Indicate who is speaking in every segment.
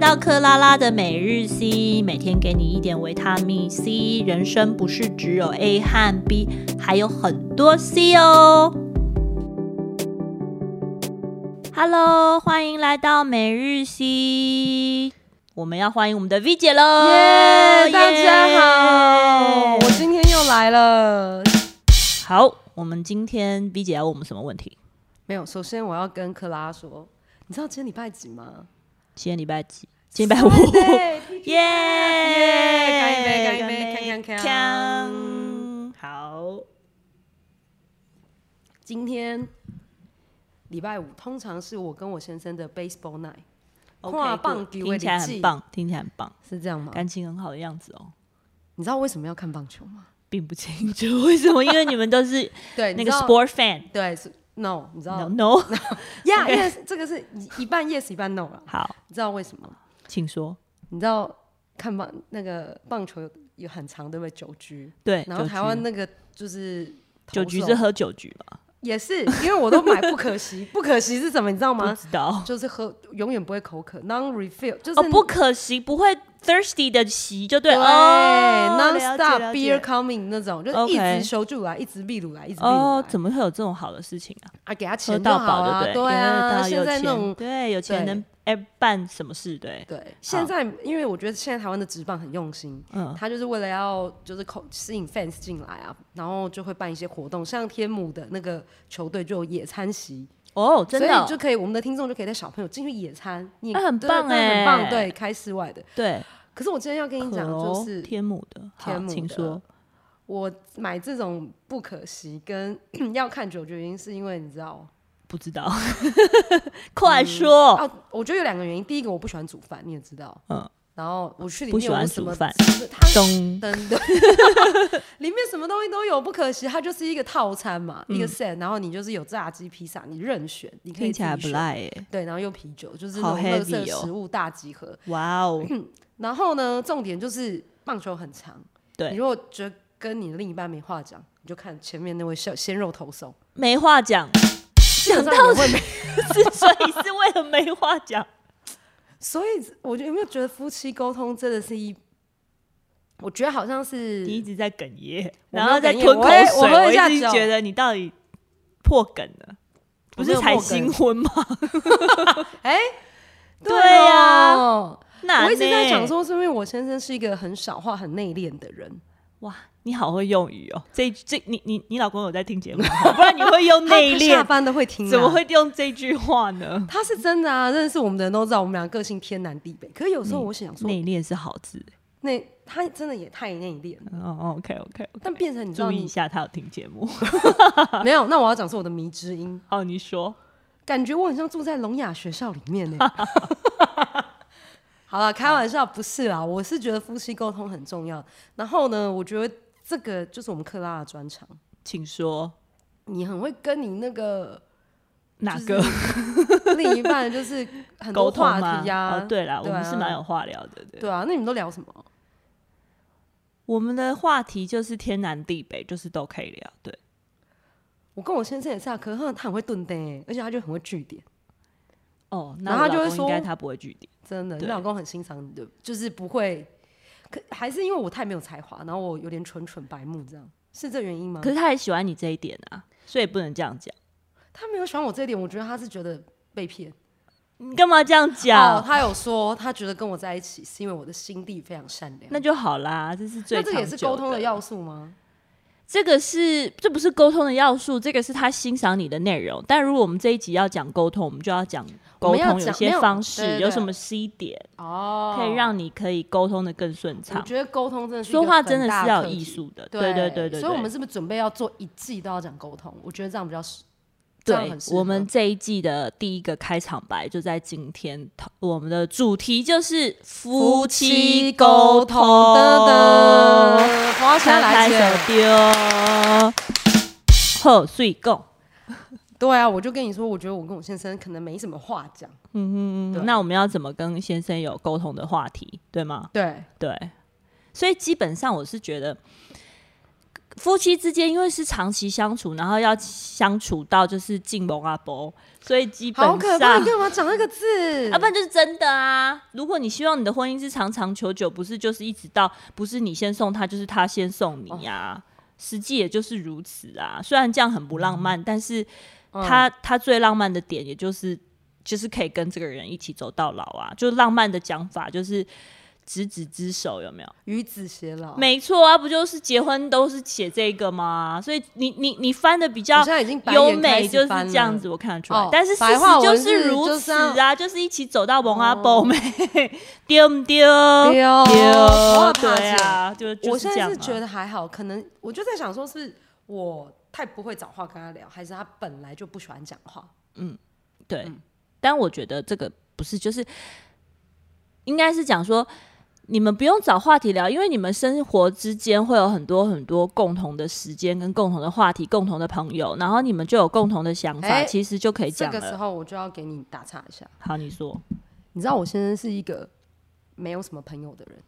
Speaker 1: 到克拉拉的每日 C，每天给你一点维他命 C。人生不是只有 A 和 B，还有很多 C 哦。Hello，欢迎来到每日 C。我们要欢迎我们的 V 姐喽！
Speaker 2: 耶、
Speaker 1: 哦耶
Speaker 2: 大家好，我今天又来了。
Speaker 1: 好，我们今天 V 姐要问我们什么问题？
Speaker 2: 没有，首先我要跟克拉说，你知道今天礼拜几吗？
Speaker 1: 今天礼拜几？今天礼拜五。耶！
Speaker 2: 干一杯干一杯锵锵锵
Speaker 1: 锵！好，
Speaker 2: 今天礼拜五，通常是我跟我先生的 baseball night，跨
Speaker 1: OK，
Speaker 2: 棒
Speaker 1: good，
Speaker 2: 球
Speaker 1: 听
Speaker 2: 哎
Speaker 1: 起来很棒，听起来很棒，
Speaker 2: 是这样吗？
Speaker 1: 感情很好的样子哦，
Speaker 2: 你知道为什么要看棒球吗？
Speaker 1: 并不清楚为什么，因为 你们都是
Speaker 2: 对，
Speaker 1: 那
Speaker 2: 你
Speaker 1: 个
Speaker 2: 知道
Speaker 1: sport fan。
Speaker 2: 对是 no，你知
Speaker 1: No
Speaker 2: 道
Speaker 1: no，
Speaker 2: 呀 yes，这个是一一半 yes 一半 no 了。
Speaker 1: 好，
Speaker 2: 你知道为什么吗？
Speaker 1: 请说。
Speaker 2: 你知道看棒那个棒球有有很长对不对？九局，
Speaker 1: 对，
Speaker 2: 然后
Speaker 1: 酒
Speaker 2: 台湾
Speaker 1: 局
Speaker 2: 那个就是
Speaker 1: 酒
Speaker 2: 投
Speaker 1: 局
Speaker 2: 手
Speaker 1: 是喝酒局吗？
Speaker 2: 也是，因为我都买不可惜，不可惜是什么？你知道
Speaker 1: 不
Speaker 2: 吗？
Speaker 1: 知道
Speaker 2: 就是喝永远不会口渴，non refill，就是、
Speaker 1: 哦，不可惜，不会 thirsty 的席就对
Speaker 2: 对、
Speaker 1: 哦
Speaker 2: non
Speaker 1: 了解
Speaker 2: stop
Speaker 1: 了解
Speaker 2: beer coming 那种，就
Speaker 1: OK
Speaker 2: 一直收住啊来，一直秘鲁来，一直秘鲁来，
Speaker 1: 哦，怎么会有这种好的事情啊？
Speaker 2: 啊给他钱
Speaker 1: 喝到
Speaker 2: 就好
Speaker 1: 饱
Speaker 2: 啊
Speaker 1: 对
Speaker 2: 对
Speaker 1: 对
Speaker 2: 啊，
Speaker 1: 到有
Speaker 2: 现在
Speaker 1: 钱，
Speaker 2: 那种
Speaker 1: 对有钱
Speaker 2: 对
Speaker 1: 能哎办什么事？对，
Speaker 2: 对，现在因为我觉得现在台湾的职棒很用心，
Speaker 1: 嗯
Speaker 2: 他就是为了要就是口吸引 fans 进来啊，然后就会办一些活动，像天母的那个球队就有野餐席，
Speaker 1: 哦，真的
Speaker 2: 所以
Speaker 1: 哦
Speaker 2: 就可以我们的听众就可以带小朋友进去野餐，你也
Speaker 1: 那很
Speaker 2: 对
Speaker 1: 棒
Speaker 2: 对
Speaker 1: 欸
Speaker 2: 很棒，对，开室外的。
Speaker 1: 对，
Speaker 2: 可是我今天要跟你
Speaker 1: 可
Speaker 2: 讲，就
Speaker 1: 哦
Speaker 2: 是
Speaker 1: 天母的，好
Speaker 2: 天母
Speaker 1: 请
Speaker 2: 的
Speaker 1: 说。
Speaker 2: 我买这种不可惜跟 要看九局，原因是因为你知道
Speaker 1: 不知 道，快说！
Speaker 2: 哦，我觉得有两个原因，第一个我不喜欢煮饭，你也知道，
Speaker 1: 嗯
Speaker 2: 嗯，然后我去里
Speaker 1: 不
Speaker 2: 面
Speaker 1: 喜
Speaker 2: 有
Speaker 1: 欢
Speaker 2: 什
Speaker 1: 煮
Speaker 2: 么
Speaker 1: 饭
Speaker 2: 吃的它
Speaker 1: 咚，
Speaker 2: 真的， 里面什么东西都有，不可惜，它就是一个套餐嘛，一个 set，然后你就是有炸鸡、披萨，你任选，你可以
Speaker 1: 嗯听起来
Speaker 2: 自
Speaker 1: 不
Speaker 2: 己选，
Speaker 1: 赖耶！
Speaker 2: 对，然后又啤酒，就是
Speaker 1: 好
Speaker 2: 那种特
Speaker 1: heavy
Speaker 2: 色
Speaker 1: 哦
Speaker 2: 食物大集合。
Speaker 1: 哇 哦，
Speaker 2: 然后呢，重点就是棒球很长，
Speaker 1: 对
Speaker 2: 你如果觉得跟你的另一半没话讲，你就看前面那位小鲜肉投手，
Speaker 1: 没话讲，
Speaker 2: 想到你会没，
Speaker 1: 之所以是为了没话讲，
Speaker 2: 所以我就有没有觉得夫妻沟通真的是一，我觉得好像是
Speaker 1: 你一直在哽咽，
Speaker 2: 我没有
Speaker 1: 然后在
Speaker 2: 哽
Speaker 1: 吞
Speaker 2: 咽
Speaker 1: 口
Speaker 2: 我会
Speaker 1: 水，
Speaker 2: 我喝一下
Speaker 1: 一直
Speaker 2: 酒
Speaker 1: 觉得你到底破梗了，不
Speaker 2: 我
Speaker 1: 是
Speaker 2: 没有
Speaker 1: 才
Speaker 2: 破梗
Speaker 1: 新婚吗？
Speaker 2: 哎，
Speaker 1: 对呀欸
Speaker 2: 哦
Speaker 1: 那
Speaker 2: 我一直在
Speaker 1: 呢
Speaker 2: 想，说，是因为我先生是一个很少话、很内敛的人，
Speaker 1: 哇，你好会用语哦！这这，你你你老公有在听节目吗，不然你会用内
Speaker 2: 他他下
Speaker 1: 敛，
Speaker 2: 班都会听、啊
Speaker 1: 怎么？会用这句话呢？
Speaker 2: 他是真的啊，认识我们的人都知道，我们俩个性天南地北。可是有时候我想说，
Speaker 1: 内敛是好字。
Speaker 2: 那他真的也太内敛了。
Speaker 1: 哦，OK OK，
Speaker 2: 但变成你知道
Speaker 1: 注意一
Speaker 2: 你
Speaker 1: 下，他有听节目。
Speaker 2: 没有，那我要讲说我的迷之音，
Speaker 1: 哦，你说
Speaker 2: 感觉我很像住在聋哑学校里面呢、 好了，开玩笑，不是啦，我是觉得夫妻沟通很重要。然后呢，我觉得这个就是我们克拉的专长，
Speaker 1: 请说
Speaker 2: 你很会跟你那个
Speaker 1: 哪
Speaker 2: 就是
Speaker 1: 个
Speaker 2: 另一半就是很
Speaker 1: 沟
Speaker 2: 多
Speaker 1: 通
Speaker 2: 话
Speaker 1: 吗？
Speaker 2: 题呀、
Speaker 1: 哦，对啦，我
Speaker 2: 对
Speaker 1: 们是蛮
Speaker 2: 啊
Speaker 1: 有话聊的。对，
Speaker 2: 对啊，那你们都聊什么？
Speaker 1: 我们的话题就是天南地北，就是都可以聊。对，
Speaker 2: 我跟我先生也是啊，可是他他很会炖的欸，而且他就很会据点，
Speaker 1: 哦，
Speaker 2: 然
Speaker 1: 那
Speaker 2: 后
Speaker 1: 我
Speaker 2: 他就
Speaker 1: 老
Speaker 2: 会
Speaker 1: 公应该
Speaker 2: 说
Speaker 1: 他不会拒点。
Speaker 2: 真的。你
Speaker 1: 对
Speaker 2: 老公很欣赏你的，就是不会，可还是因为我太没有才华，然后我有点蠢蠢白目，这样嗯是这原因吗
Speaker 1: 可？是他也喜欢你这一点啊，所以不能这样讲。
Speaker 2: 他没有喜欢我这一点，我觉得他是觉得被骗。
Speaker 1: 你干嘛这样
Speaker 2: 哦，
Speaker 1: 讲？
Speaker 2: 他有说他觉得跟我在一起是因为我的心地非常善良，
Speaker 1: 那就好啦，这是最
Speaker 2: 那这个也是
Speaker 1: 长久
Speaker 2: 沟通
Speaker 1: 的
Speaker 2: 的要素吗？
Speaker 1: 这个是这不是沟通的要素，这个是他欣赏你的内容。但如果我们这一集要讲沟通，我们就要讲
Speaker 2: 我
Speaker 1: 沟
Speaker 2: 们要
Speaker 1: 通有
Speaker 2: 讲
Speaker 1: 些
Speaker 2: 没有
Speaker 1: 方式，
Speaker 2: 对对对
Speaker 1: 有什么 C 点
Speaker 2: 哦，
Speaker 1: 可以让你可以沟通的更顺
Speaker 2: 我
Speaker 1: 畅。
Speaker 2: 觉得沟通真的是一个
Speaker 1: 说话
Speaker 2: 很
Speaker 1: 真的
Speaker 2: 大
Speaker 1: 是要有
Speaker 2: 课
Speaker 1: 艺
Speaker 2: 题
Speaker 1: 术的，对
Speaker 2: 对
Speaker 1: 对对对。
Speaker 2: 所以我们
Speaker 1: 对
Speaker 2: 是不是准备要做一季都要讲沟通？我觉得这样比较适，这样
Speaker 1: 对
Speaker 2: 很适合
Speaker 1: 我们这一季的第一个开场白就在今天，我们的主题就是夫妻沟通。
Speaker 2: 噔噔，花
Speaker 1: 先
Speaker 2: 钱
Speaker 1: 开
Speaker 2: 来
Speaker 1: 手
Speaker 2: 钱。
Speaker 1: 丢，好，所以共。
Speaker 2: 对啊，我就跟你说，我觉得我跟我先生可能没什么话讲。
Speaker 1: 嗯
Speaker 2: 对
Speaker 1: 那我们要怎么跟先生有沟通的话题，对吗？
Speaker 2: 对，
Speaker 1: 对，所以基本上我是觉得夫妻之间因为是长期相处，然后要相处到就是进蒙阿伯，所以基本
Speaker 2: 好可怕！
Speaker 1: 上啊
Speaker 2: 你。干嘛讲那个字？
Speaker 1: 要、不然就是真的啊！如果你希望你的婚姻是长长久久，不是就是一直到不是你先送他，就是他先送你
Speaker 2: 哦
Speaker 1: 啊。实际也就是如此啊。虽然这样很不浪
Speaker 2: 嗯
Speaker 1: 漫，但是他、他最浪漫的点，也就是就是可以跟这个人一起走到老啊。就浪漫的讲法就是执子之手，有没有？
Speaker 2: 与子偕老。
Speaker 1: 没错啊，不就是结婚都是写这个吗？所以你你你翻的比
Speaker 2: 我
Speaker 1: 较
Speaker 2: 现在已经白
Speaker 1: 优
Speaker 2: 眼开
Speaker 1: 美，
Speaker 2: 始
Speaker 1: 就是
Speaker 2: 翻
Speaker 1: 这样
Speaker 2: 了
Speaker 1: 子，。我看得出来。
Speaker 2: 哦
Speaker 1: 但是事
Speaker 2: 白话
Speaker 1: 实就
Speaker 2: 文
Speaker 1: 是
Speaker 2: 字
Speaker 1: 如
Speaker 2: 就
Speaker 1: 此
Speaker 2: 是要哦
Speaker 1: 啊，就是一起走到蒙阿波妹， 丢不丢？
Speaker 2: 对哦
Speaker 1: 丢，
Speaker 2: 我很怕
Speaker 1: 对啊，就就
Speaker 2: 我
Speaker 1: 是
Speaker 2: 现
Speaker 1: 这
Speaker 2: 在
Speaker 1: 样
Speaker 2: 是觉
Speaker 1: 嘛。
Speaker 2: 得还好，可能我就在想说，是我太不会找话跟他聊，还是他本来就不喜欢讲话？
Speaker 1: 对，但我觉得这个不是，就是应该是讲说。你们不用找话题聊，因为你们生活之间会有很多很多共同的时间、跟共同的话题、共同的朋友，然后你们就有共同的想法，
Speaker 2: 哎
Speaker 1: 其实就可以
Speaker 2: 这
Speaker 1: 讲
Speaker 2: 个
Speaker 1: 了。
Speaker 2: 时候我就要给你打岔一下，
Speaker 1: 好，你说。
Speaker 2: 你知道我先生是一个没有什么朋友的人，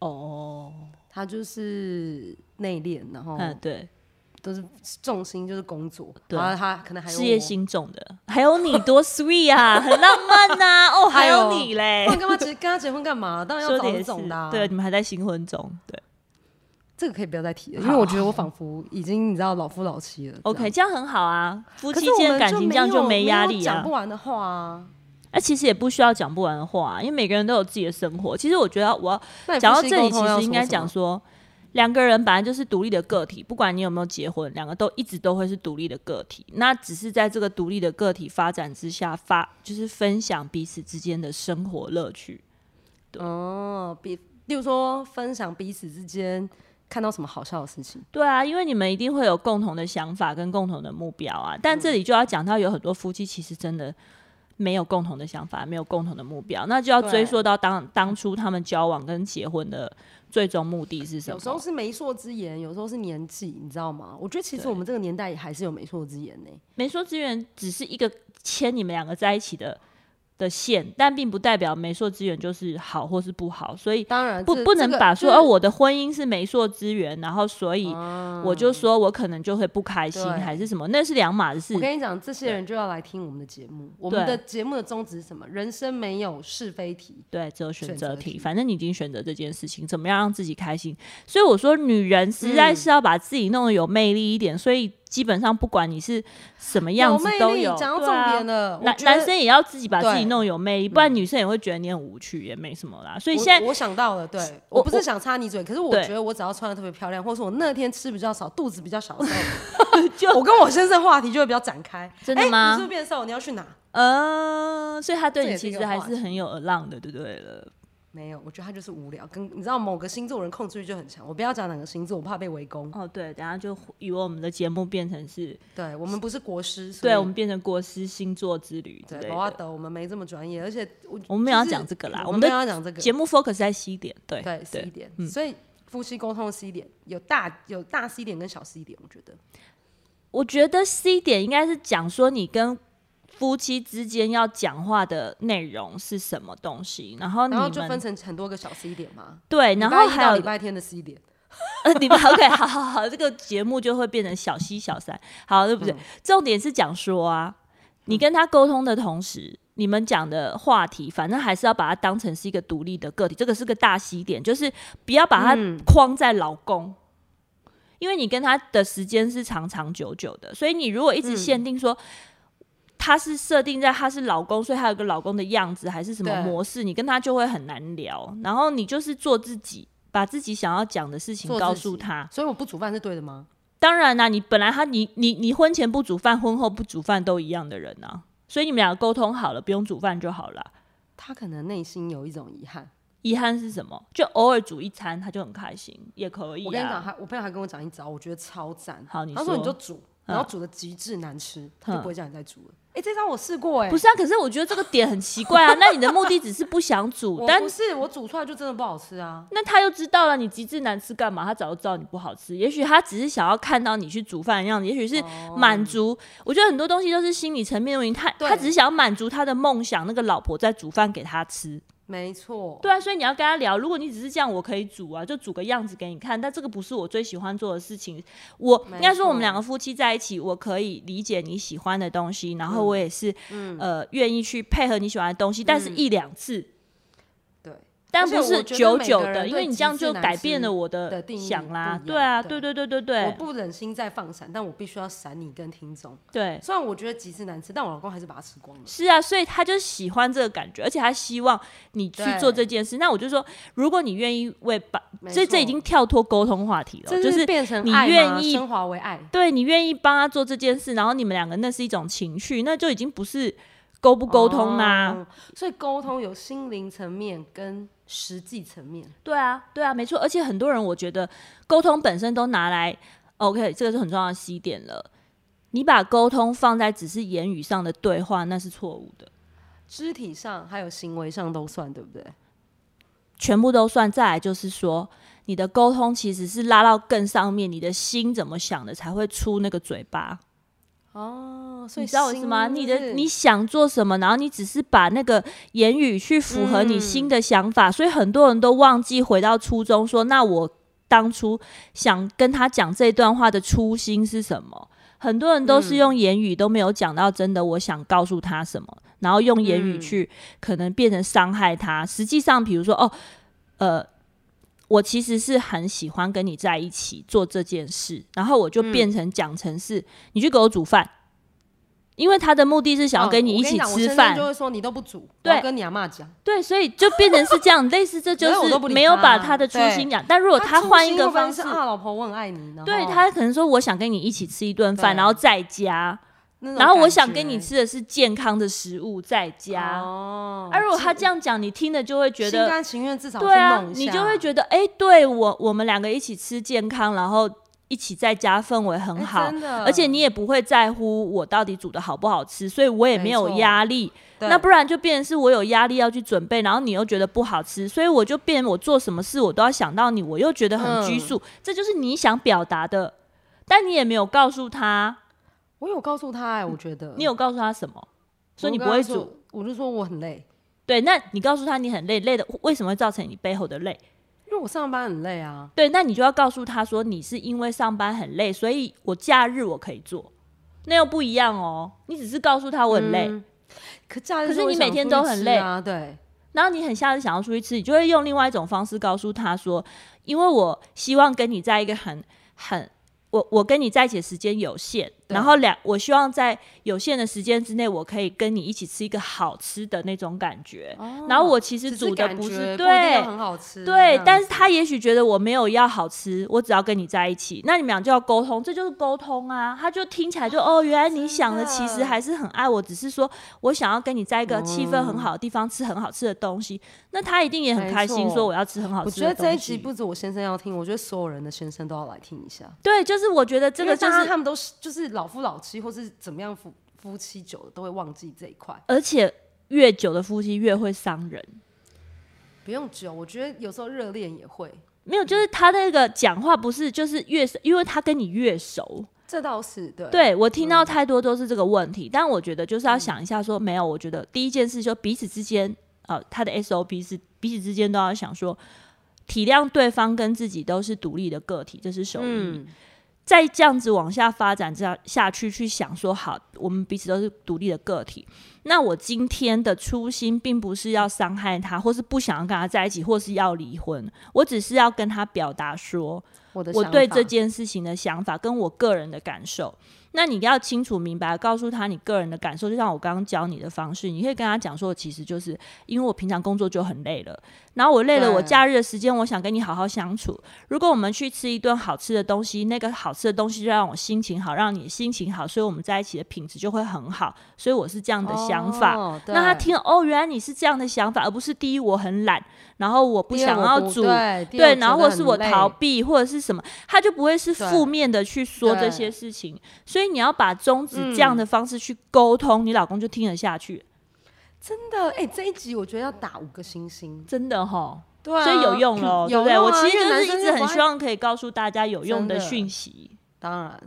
Speaker 1: 哦，
Speaker 2: 他就是内敛，然后
Speaker 1: 嗯，对，
Speaker 2: 都是重心就是工作，
Speaker 1: 对啊
Speaker 2: 然后他可能还有
Speaker 1: 事业
Speaker 2: 我。
Speaker 1: 心重的，哦还有你多 sweet 啊，很浪漫呐、 哦，还
Speaker 2: 还
Speaker 1: 有
Speaker 2: 有
Speaker 1: 你嘞
Speaker 2: 不，然跟他结跟他结婚 干嘛？当然要
Speaker 1: 说
Speaker 2: 找
Speaker 1: 的也
Speaker 2: 这
Speaker 1: 是
Speaker 2: 种的、啊。，
Speaker 1: 对，你们还在新婚中，对
Speaker 2: 这个可以不要再提了，因
Speaker 1: 好
Speaker 2: 为我觉得我仿佛已经你知道老夫老妻了。
Speaker 1: ，OK，
Speaker 2: 这样
Speaker 1: 这样很好啊，夫
Speaker 2: 可
Speaker 1: 妻
Speaker 2: 是我
Speaker 1: 间的
Speaker 2: 们
Speaker 1: 感
Speaker 2: 就
Speaker 1: 情这
Speaker 2: 没
Speaker 1: 样就
Speaker 2: 有没
Speaker 1: 压
Speaker 2: 有
Speaker 1: 力
Speaker 2: 讲
Speaker 1: 啊
Speaker 2: 不。完的话啊。
Speaker 1: 那、其实也不需要讲不完的话、啊因为每个人都有自己的生活。其实我觉得我要
Speaker 2: 那你
Speaker 1: 讲到
Speaker 2: 夫妻
Speaker 1: 这里，
Speaker 2: 沟
Speaker 1: 其
Speaker 2: 通要
Speaker 1: 实
Speaker 2: 说
Speaker 1: 应该
Speaker 2: 什
Speaker 1: 讲
Speaker 2: 么
Speaker 1: 说，两个人本来就是独立的个体，不管你有没有结婚，两个都一直都会是独立的个体。那只是在这个独立的个体发展之下，发就是分享彼此之间的生活乐趣。
Speaker 2: 哦，比例如说分享彼此之间看到什么好笑的事情，
Speaker 1: 对啊，因为你们一定会有共同的想法跟共同的目标啊。但
Speaker 2: 嗯
Speaker 1: 这里就要讲到，有很多夫妻其实真的没有共同的想法，没有共同的目标，那就要追溯到当当初他们交往跟结婚的最终目的是什
Speaker 2: 有时候
Speaker 1: 么。
Speaker 2: 是媒妁之言，有时候是年纪，你知道吗？我觉得其实我们这个年代也还是有媒妁之言呢、
Speaker 1: 媒妁之言只是一个牵你们两个在一起的的线，但并不代表媒妁之言就是好或是不好，所以。
Speaker 2: 当然
Speaker 1: 不
Speaker 2: 这
Speaker 1: 不能
Speaker 2: 这个
Speaker 1: 把说、
Speaker 2: 就是
Speaker 1: 哦，我的婚姻是媒妁之言，然后所以我就说我可能就会不开心
Speaker 2: 哦对
Speaker 1: 还是什么，那是两码子事
Speaker 2: 我。跟你讲，这些人就要来听我们的节目。我们的节目的宗旨是什么？人生没有是非题。
Speaker 1: 对，只有选
Speaker 2: 选
Speaker 1: 择
Speaker 2: 择
Speaker 1: 题。
Speaker 2: 题
Speaker 1: 反正你已经选择这件事情，怎么样让自己开心？所以我说，女人实
Speaker 2: 嗯
Speaker 1: 在是要把自己弄得有魅力一点。所以基本上，不管你是什么样子
Speaker 2: 魅
Speaker 1: 都
Speaker 2: 力
Speaker 1: 有。
Speaker 2: 讲到
Speaker 1: 对
Speaker 2: 重
Speaker 1: 啊
Speaker 2: 点了。我
Speaker 1: 男
Speaker 2: 觉得
Speaker 1: 男生也要自己把自己
Speaker 2: 对
Speaker 1: 弄得有魅力，不然女生也会觉得你很无趣，也没什么啦。所以
Speaker 2: 我
Speaker 1: 现在
Speaker 2: 我想到了，对
Speaker 1: 我
Speaker 2: 我不是想插你嘴，可是我
Speaker 1: 对
Speaker 2: 觉得我只要穿的特别漂亮，或者是我那天吃比较少，肚子比较小的时候，
Speaker 1: 就
Speaker 2: 我跟我先生话题就会比较展开。
Speaker 1: 真的
Speaker 2: 哎
Speaker 1: 吗
Speaker 2: 你是不是变瘦？你要去哪？
Speaker 1: 嗯、所以他对
Speaker 2: 这
Speaker 1: 你
Speaker 2: 也是
Speaker 1: 其
Speaker 2: 一
Speaker 1: 实
Speaker 2: 个
Speaker 1: 还
Speaker 2: 话
Speaker 1: 是很有耳浪的，对不对了？
Speaker 2: 没有，我觉得他就是无聊，跟你知道某个星座人控制欲就很强。我不要讲哪个星座，我怕被围攻。
Speaker 1: 哦，对，等下就以为我们的节目变成是，
Speaker 2: 对我们不是国师，所以
Speaker 1: 对我们变成国师星座之旅之类
Speaker 2: 对，我要
Speaker 1: 的。
Speaker 2: 德我们没这么专业，而且我
Speaker 1: 我们没有要
Speaker 2: 就是
Speaker 1: 讲这个啦我
Speaker 2: 我
Speaker 1: 们
Speaker 2: 们
Speaker 1: 的
Speaker 2: 没有要讲这个
Speaker 1: 节目 focus 在西点，对嗯
Speaker 2: 对 C 点，所以夫妻沟通的 C 点有大有大 C 点跟小 C 点，我觉得
Speaker 1: 我觉得 C 点应该是讲说你跟夫妻之间要讲话的内容是什么东西，然后你
Speaker 2: 然后就
Speaker 1: 们
Speaker 2: 分成很多个小 C 点嘛，
Speaker 1: 对，然后
Speaker 2: 礼拜一
Speaker 1: 还
Speaker 2: 到
Speaker 1: 有
Speaker 2: 礼拜天的 C 点，
Speaker 1: 呃，你们 OK，好好好，这个节目就会变成小西小三，好，对不对？重点是讲说啊，你跟他沟通的同时，你们讲的话题，反正还是要把它当成是一个独立的个体，这个是个大西点，就是不要把它框在老公。因为你跟他的时间是长长久久的，所以你如果一直限定说、他是设定在他是老公，所以他有个老公的样子还是什么
Speaker 2: 对
Speaker 1: 模式，你跟他就会很难聊。然后你就是做自己，把自己想要讲的事情
Speaker 2: 做自己
Speaker 1: 告诉他。
Speaker 2: 所以我不煮饭是对的吗？
Speaker 1: 当然啦、你本来他你你你婚前不煮饭，婚后不煮饭都一样的人啊，所以你们两个沟通好了，不用煮饭就好了。
Speaker 2: 他可能内心有一种遗憾。
Speaker 1: 遗憾是什么？就偶尔煮一餐，他就很开心，也可以、啊。
Speaker 2: 我跟你讲，还我朋友还跟我讲一招，我觉得超赞。
Speaker 1: 好你
Speaker 2: 他
Speaker 1: 说嗯
Speaker 2: 说你就煮，然后煮的极致难吃，他就不会叫你再煮了。哎，这招我试过哎
Speaker 1: 不，是啊，可是我觉得这个点很奇怪 啊。那你的目的只是不想煮，
Speaker 2: 我
Speaker 1: 但
Speaker 2: 不是我煮出来就真的不好吃啊。
Speaker 1: 那他又知道了你极致难吃干嘛？他早就知道你不好吃。也许他只是想要看到你去煮饭的样子，也许是
Speaker 2: 哦
Speaker 1: 满足。我觉得很多东西都是心理层面的问题。他
Speaker 2: 对
Speaker 1: 他只是想要满足他的梦想，那个老婆在煮饭给他吃。
Speaker 2: 没错，
Speaker 1: 对啊，所以你要跟他聊。如果你只是这样，我可以煮啊，就煮个样子给你看。但这个不是我最喜欢做的事情。我
Speaker 2: 没
Speaker 1: 应该说，我们
Speaker 2: 错
Speaker 1: 两个夫妻在一起，我可以理解你喜欢的东西，然后我也是、呃愿意去配合你喜欢的东西，但是一两次，
Speaker 2: 对，
Speaker 1: 但
Speaker 2: 而且
Speaker 1: 不
Speaker 2: 我
Speaker 1: 是
Speaker 2: 觉得
Speaker 1: 久
Speaker 2: 每
Speaker 1: 久
Speaker 2: 个人
Speaker 1: 的，因
Speaker 2: 对
Speaker 1: 为你
Speaker 2: 极
Speaker 1: 这样
Speaker 2: 致
Speaker 1: 就
Speaker 2: 难
Speaker 1: 改
Speaker 2: 吃
Speaker 1: 变了我
Speaker 2: 的
Speaker 1: 的
Speaker 2: 定义
Speaker 1: 想啦。
Speaker 2: 不一样
Speaker 1: 对啊，对
Speaker 2: 对
Speaker 1: 对对对
Speaker 2: 我
Speaker 1: 对
Speaker 2: 不忍心再放闪，但我必须要闪你跟听众。
Speaker 1: 对。
Speaker 2: 虽然我觉得极致难吃，但我老公还是把它吃光了。
Speaker 1: 是啊，所以他就喜欢这个感觉，而且他希望你去
Speaker 2: 对
Speaker 1: 做这件事。那我就说，如果你愿意为把，
Speaker 2: 没
Speaker 1: 所以这已
Speaker 2: 错
Speaker 1: 经跳脱沟通话题了，
Speaker 2: 这
Speaker 1: 就是
Speaker 2: 变成
Speaker 1: 你
Speaker 2: 爱
Speaker 1: 愿
Speaker 2: 吗
Speaker 1: 意
Speaker 2: 升华为爱，
Speaker 1: 对你愿意帮他做这件事，然后你们两个那是一种情绪，那就已经不是沟不沟通啦、
Speaker 2: 哦所以沟通有心灵层面跟实际层面，
Speaker 1: 对啊，对啊，没错。而且很多人我觉得沟通本身都拿来，OK，这个是很重要的西点了。你把沟通放在只是言语上的对话，那是错误的，
Speaker 2: 肢体上还有行为上都算，对不对？
Speaker 1: 全部都算。再来就是说，你的沟通其实是拉到更上面，你的心怎么想的才会出那个嘴巴。
Speaker 2: 哦，所以
Speaker 1: 你知道我意思吗？
Speaker 2: 心
Speaker 1: 你
Speaker 2: 是
Speaker 1: 的你想做什么，然后你只是把那个言语去符合你
Speaker 2: 嗯
Speaker 1: 新的想法，所以很多人都忘记回到初衷说那我当初想跟他讲这段话的初心是什么。很多人都
Speaker 2: 嗯
Speaker 1: 是用言语都没有讲到真的我想告诉他什么，然后用言
Speaker 2: 嗯
Speaker 1: 语去可能变成伤害他。实际上，比如说哦，呃，我其实是很喜欢跟你在一起做这件事，然后我
Speaker 2: 嗯
Speaker 1: 就变成讲成是、你去给我煮饭，因为他的目的是想要
Speaker 2: 哦
Speaker 1: 跟你
Speaker 2: 我
Speaker 1: 一
Speaker 2: 跟
Speaker 1: 起
Speaker 2: 讲我
Speaker 1: 吃
Speaker 2: 先生
Speaker 1: 饭，
Speaker 2: 就会说你都不煮，我
Speaker 1: 对
Speaker 2: 要跟你阿妈讲。
Speaker 1: 对，所以就变成是这 样，类似这就
Speaker 2: 可是我
Speaker 1: 是
Speaker 2: 都不理
Speaker 1: 没有
Speaker 2: 他
Speaker 1: 把他的初心讲。但如果
Speaker 2: 他
Speaker 1: 他换一个方式
Speaker 2: 初心会不会，是啊，老婆我很爱你，然后
Speaker 1: 对他可能说我想跟你一起吃一顿饭，
Speaker 2: 对
Speaker 1: 然后在家，
Speaker 2: 那种
Speaker 1: 然后我
Speaker 2: 感
Speaker 1: 想跟
Speaker 2: 觉
Speaker 1: 你吃的是健康的食物，在家。啊
Speaker 2: 哦，
Speaker 1: 而如果他这样讲，你听了就会觉
Speaker 2: 心
Speaker 1: 得
Speaker 2: 甘情愿至少去
Speaker 1: 对啊
Speaker 2: 弄，一
Speaker 1: 你
Speaker 2: 下
Speaker 1: 就会觉得，哎、对我我们两个一起吃健康，然后一起在家氛围很
Speaker 2: 哎
Speaker 1: 好，
Speaker 2: 真的
Speaker 1: 而且你也不会在乎我到底煮的好不好吃，所以我也没有
Speaker 2: 没错
Speaker 1: 压力。
Speaker 2: 对
Speaker 1: 那不然就变成是我有压力要去准备，然后你又觉得不好吃，所以我就变我做什么事我都要想到你，我又觉得很
Speaker 2: 嗯
Speaker 1: 拘束。这就是你想表达的，但你也没有告诉他，
Speaker 2: 我有告诉他哎，我觉得
Speaker 1: 你有告诉他什么？说你
Speaker 2: 我
Speaker 1: 不
Speaker 2: 跟他
Speaker 1: 会
Speaker 2: 说
Speaker 1: 煮，，
Speaker 2: 我就说我很累，
Speaker 1: 对，那你告诉他你很累，累的为什么会造成你背后的累？
Speaker 2: 因为我上班很累啊。
Speaker 1: 对，那你就要告诉他说，你是因为上班很累，所以我假日我可以做，那又不一样哦。你只是告诉他我很
Speaker 2: 嗯
Speaker 1: 累，
Speaker 2: 可假日
Speaker 1: 可是
Speaker 2: 我也
Speaker 1: 你
Speaker 2: 想
Speaker 1: 每天
Speaker 2: 出去
Speaker 1: 都很
Speaker 2: 吃
Speaker 1: 累
Speaker 2: 啊，对，
Speaker 1: 然后你很下次想要出去吃，你就会用另外一种方式告诉他说，因为我希望跟你在一个很很。我我跟你在一起的时间有限，
Speaker 2: 对
Speaker 1: 然后两我希望在有限的时间之内，我可以跟你一起吃一个好吃的那种感觉。然后我其实
Speaker 2: 哦只
Speaker 1: 煮的
Speaker 2: 感
Speaker 1: 不
Speaker 2: 觉
Speaker 1: 是
Speaker 2: 不一定
Speaker 1: 对，
Speaker 2: 要很好吃，这
Speaker 1: 对，
Speaker 2: 样
Speaker 1: 但是
Speaker 2: 子
Speaker 1: 他也许觉得我没有要好吃，我只要跟你在一起，那你们俩就要沟通，这就是沟通啊。他就听起来就哦，原来你想的
Speaker 2: 真
Speaker 1: 其
Speaker 2: 的
Speaker 1: 实还是很爱我，只是说我想要跟你在一个气氛很好的地方吃很好吃的东西，那他一定也很
Speaker 2: 嗯没
Speaker 1: 开心，
Speaker 2: 错
Speaker 1: 说我要吃很好
Speaker 2: 我
Speaker 1: 吃
Speaker 2: 觉得
Speaker 1: 的
Speaker 2: 这一
Speaker 1: 东
Speaker 2: 集
Speaker 1: 西。
Speaker 2: 不止我先生要听，我觉得所有人的先生都要来听一下。
Speaker 1: 对，就是我觉得这
Speaker 2: 因
Speaker 1: 个
Speaker 2: 为
Speaker 1: 就
Speaker 2: 大家
Speaker 1: 是，
Speaker 2: 他们都是就是老夫老妻，或是怎么样夫夫妻久了都会忘记这一块。
Speaker 1: 而且越久的夫妻越会伤人。
Speaker 2: 不用久，我觉得有时候热恋也会，
Speaker 1: 没有，就是他那个讲话不是，就是越是因为他跟你越熟，
Speaker 2: 这倒是对。
Speaker 1: 对我听到太多都是这个问题，但我觉得就是要想一下说，没有，我觉得第一件事就彼此之间，呃，他的 SOP 是彼此之间都要想说，体谅对方跟自己都是独立的个体，这是首要。
Speaker 2: 嗯，
Speaker 1: 再这样子往下发展，这样下去去想说，好，我们彼此都是独立的个体。那我今天的初心并不是要伤害他，或是不想要跟他在一起，或是要离婚，我只是要跟他表达说，
Speaker 2: 我的
Speaker 1: 我
Speaker 2: 想
Speaker 1: 对
Speaker 2: 法
Speaker 1: 这件事情的想法跟我个人的感受。那你要清楚明白，告诉他你个人的感受，就像我刚刚教你的方式，你可以跟他讲说，其实就是因为我平常工作就很累了，然后我累了，
Speaker 2: 对
Speaker 1: 我假日的时间我想跟你好好相处。如果我们去吃一顿好吃的东西，那个好吃的东西就让我心情好，让你心情好，所以我们在一起的品质就会很好。所以我是这样的想法。
Speaker 2: 哦
Speaker 1: 那他
Speaker 2: 对
Speaker 1: 听了哦，原来你是这样的想法，而不是第一我很懒，然后我不
Speaker 2: 第二
Speaker 1: 想
Speaker 2: 我
Speaker 1: 要
Speaker 2: 不
Speaker 1: 煮，
Speaker 2: 对，第二
Speaker 1: 对，
Speaker 2: 觉
Speaker 1: 然后
Speaker 2: 得
Speaker 1: 或是
Speaker 2: 很
Speaker 1: 我
Speaker 2: 累
Speaker 1: 逃避或者是什么，他就不会是
Speaker 2: 对
Speaker 1: 负面的去说这
Speaker 2: 对嗯
Speaker 1: 些事情。所以你要把宗旨这样的方式去沟通，你老公就听得下去，
Speaker 2: 真的哎、这一集我觉得要打五个星星，
Speaker 1: 真的哈。
Speaker 2: 对、啊，
Speaker 1: 所以有用喽，对
Speaker 2: 有
Speaker 1: 不对？
Speaker 2: 用
Speaker 1: 我
Speaker 2: 啊
Speaker 1: 其实
Speaker 2: 因
Speaker 1: 就是
Speaker 2: 为男
Speaker 1: 一
Speaker 2: 生就
Speaker 1: 直
Speaker 2: 不
Speaker 1: 很
Speaker 2: 爱
Speaker 1: 希望可以告诉大家有用
Speaker 2: 真
Speaker 1: 的
Speaker 2: 的
Speaker 1: 讯息。
Speaker 2: 当然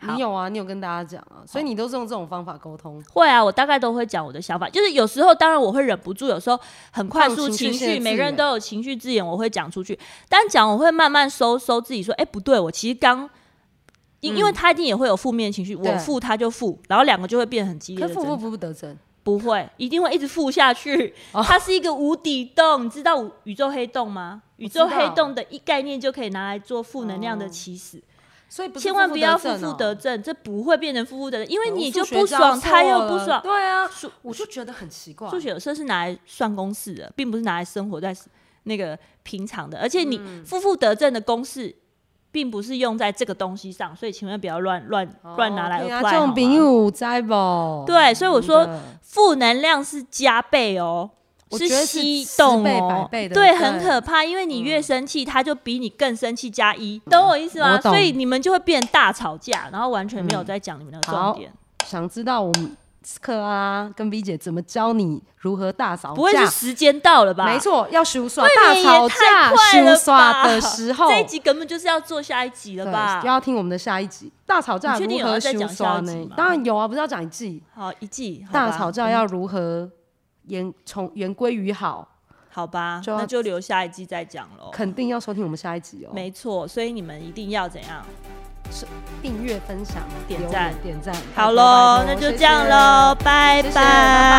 Speaker 1: 好
Speaker 2: 你有啊，你有跟大家讲啊，所以你都是用这种方法沟通。
Speaker 1: 会啊，我大概都会讲我的想法，就是有时候当然我会忍不住，有时候很快速
Speaker 2: 放情绪性的
Speaker 1: 绪，
Speaker 2: 字
Speaker 1: 每个人
Speaker 2: 眼
Speaker 1: 都有情绪字眼，我会讲出去，但讲我会慢慢收收自己说，哎、不对，我其实刚。因因为他一定也会有负面情绪，我
Speaker 2: 嗯对
Speaker 1: 负他就负，然后两个就会变很激烈
Speaker 2: 可
Speaker 1: 的
Speaker 2: 负
Speaker 1: 争
Speaker 2: 负
Speaker 1: 吵。
Speaker 2: 不不得正，
Speaker 1: 不会，一定会一直负下去。
Speaker 2: 哦
Speaker 1: 它是一个无底洞，你知道宇宇宙黑洞吗？宇宙
Speaker 2: 知
Speaker 1: 黑
Speaker 2: 道
Speaker 1: 洞的一概念就可以拿来做负能量的
Speaker 2: 哦
Speaker 1: 起始，
Speaker 2: 所以不是
Speaker 1: 千万
Speaker 2: 负
Speaker 1: 不
Speaker 2: 负
Speaker 1: 要负
Speaker 2: 正
Speaker 1: 负
Speaker 2: 哦
Speaker 1: 得正，这不会变成负负得正，因为
Speaker 2: 哦
Speaker 1: 你
Speaker 2: 我
Speaker 1: 就
Speaker 2: 数学
Speaker 1: 不
Speaker 2: 教
Speaker 1: 爽，他
Speaker 2: 错
Speaker 1: 又不
Speaker 2: 了
Speaker 1: 爽。
Speaker 2: 对啊，
Speaker 1: 数
Speaker 2: 我就觉得很奇怪。
Speaker 1: 数学有时候是拿来算公式的，并不是拿来生活在那个平常的。而且你
Speaker 2: 嗯
Speaker 1: 负负得正的公式，并不是用在这个东西上，所以请万不要乱乱
Speaker 2: 哦
Speaker 1: 乱拿来 apply
Speaker 2: 啊这
Speaker 1: 好
Speaker 2: 种
Speaker 1: 吗
Speaker 2: 朋友在不？
Speaker 1: 对，所以我说
Speaker 2: 真的
Speaker 1: 负能量是加倍哦。
Speaker 2: 我觉得是
Speaker 1: 吸
Speaker 2: 十
Speaker 1: 动
Speaker 2: 倍
Speaker 1: 哦
Speaker 2: 百，倍的
Speaker 1: 对，
Speaker 2: 对嗯
Speaker 1: 很可怕，因为你越生气，他就比你更生气加一，懂我意思吗？
Speaker 2: 我懂嗯
Speaker 1: 所以你们就会变大吵架，然后完全没有在讲你们的重
Speaker 2: 好
Speaker 1: 点，
Speaker 2: 想知道我们克拉跟 V 姐怎么教你如何大扫
Speaker 1: 不会是
Speaker 2: 架？
Speaker 1: 时间到了吧？
Speaker 2: 没错，要修刷
Speaker 1: 未
Speaker 2: 大
Speaker 1: 免也
Speaker 2: 吵
Speaker 1: 太
Speaker 2: 架，
Speaker 1: 快了
Speaker 2: 修
Speaker 1: 吧
Speaker 2: 刷的时 候，
Speaker 1: 这一集根本就是要做下一集了
Speaker 2: 对，
Speaker 1: 吧
Speaker 2: 就？要听我们的下一集大吵架
Speaker 1: 你确
Speaker 2: 如
Speaker 1: 定有要
Speaker 2: 何
Speaker 1: 再
Speaker 2: 修
Speaker 1: 讲
Speaker 2: 刷
Speaker 1: 下一集
Speaker 2: 呢
Speaker 1: 吗？
Speaker 2: 当然有啊，不是要讲一季
Speaker 1: 好，一季好吧
Speaker 2: 大吵架要如何言从言归于好，
Speaker 1: 好吧，
Speaker 2: 就要
Speaker 1: 那就留下一季再讲喽。
Speaker 2: 肯定要收听我们下一集哦。
Speaker 1: 没错，所以你们一定要怎样？
Speaker 2: 订阅、分享、
Speaker 1: 点
Speaker 2: 留言
Speaker 1: 赞
Speaker 2: 点赞。
Speaker 1: 好
Speaker 2: 拜托
Speaker 1: 喽
Speaker 2: 拜
Speaker 1: 那
Speaker 2: 托，
Speaker 1: 就
Speaker 2: 谢
Speaker 1: 这样
Speaker 2: 谢
Speaker 1: 喽，拜
Speaker 2: 谢谢拜拜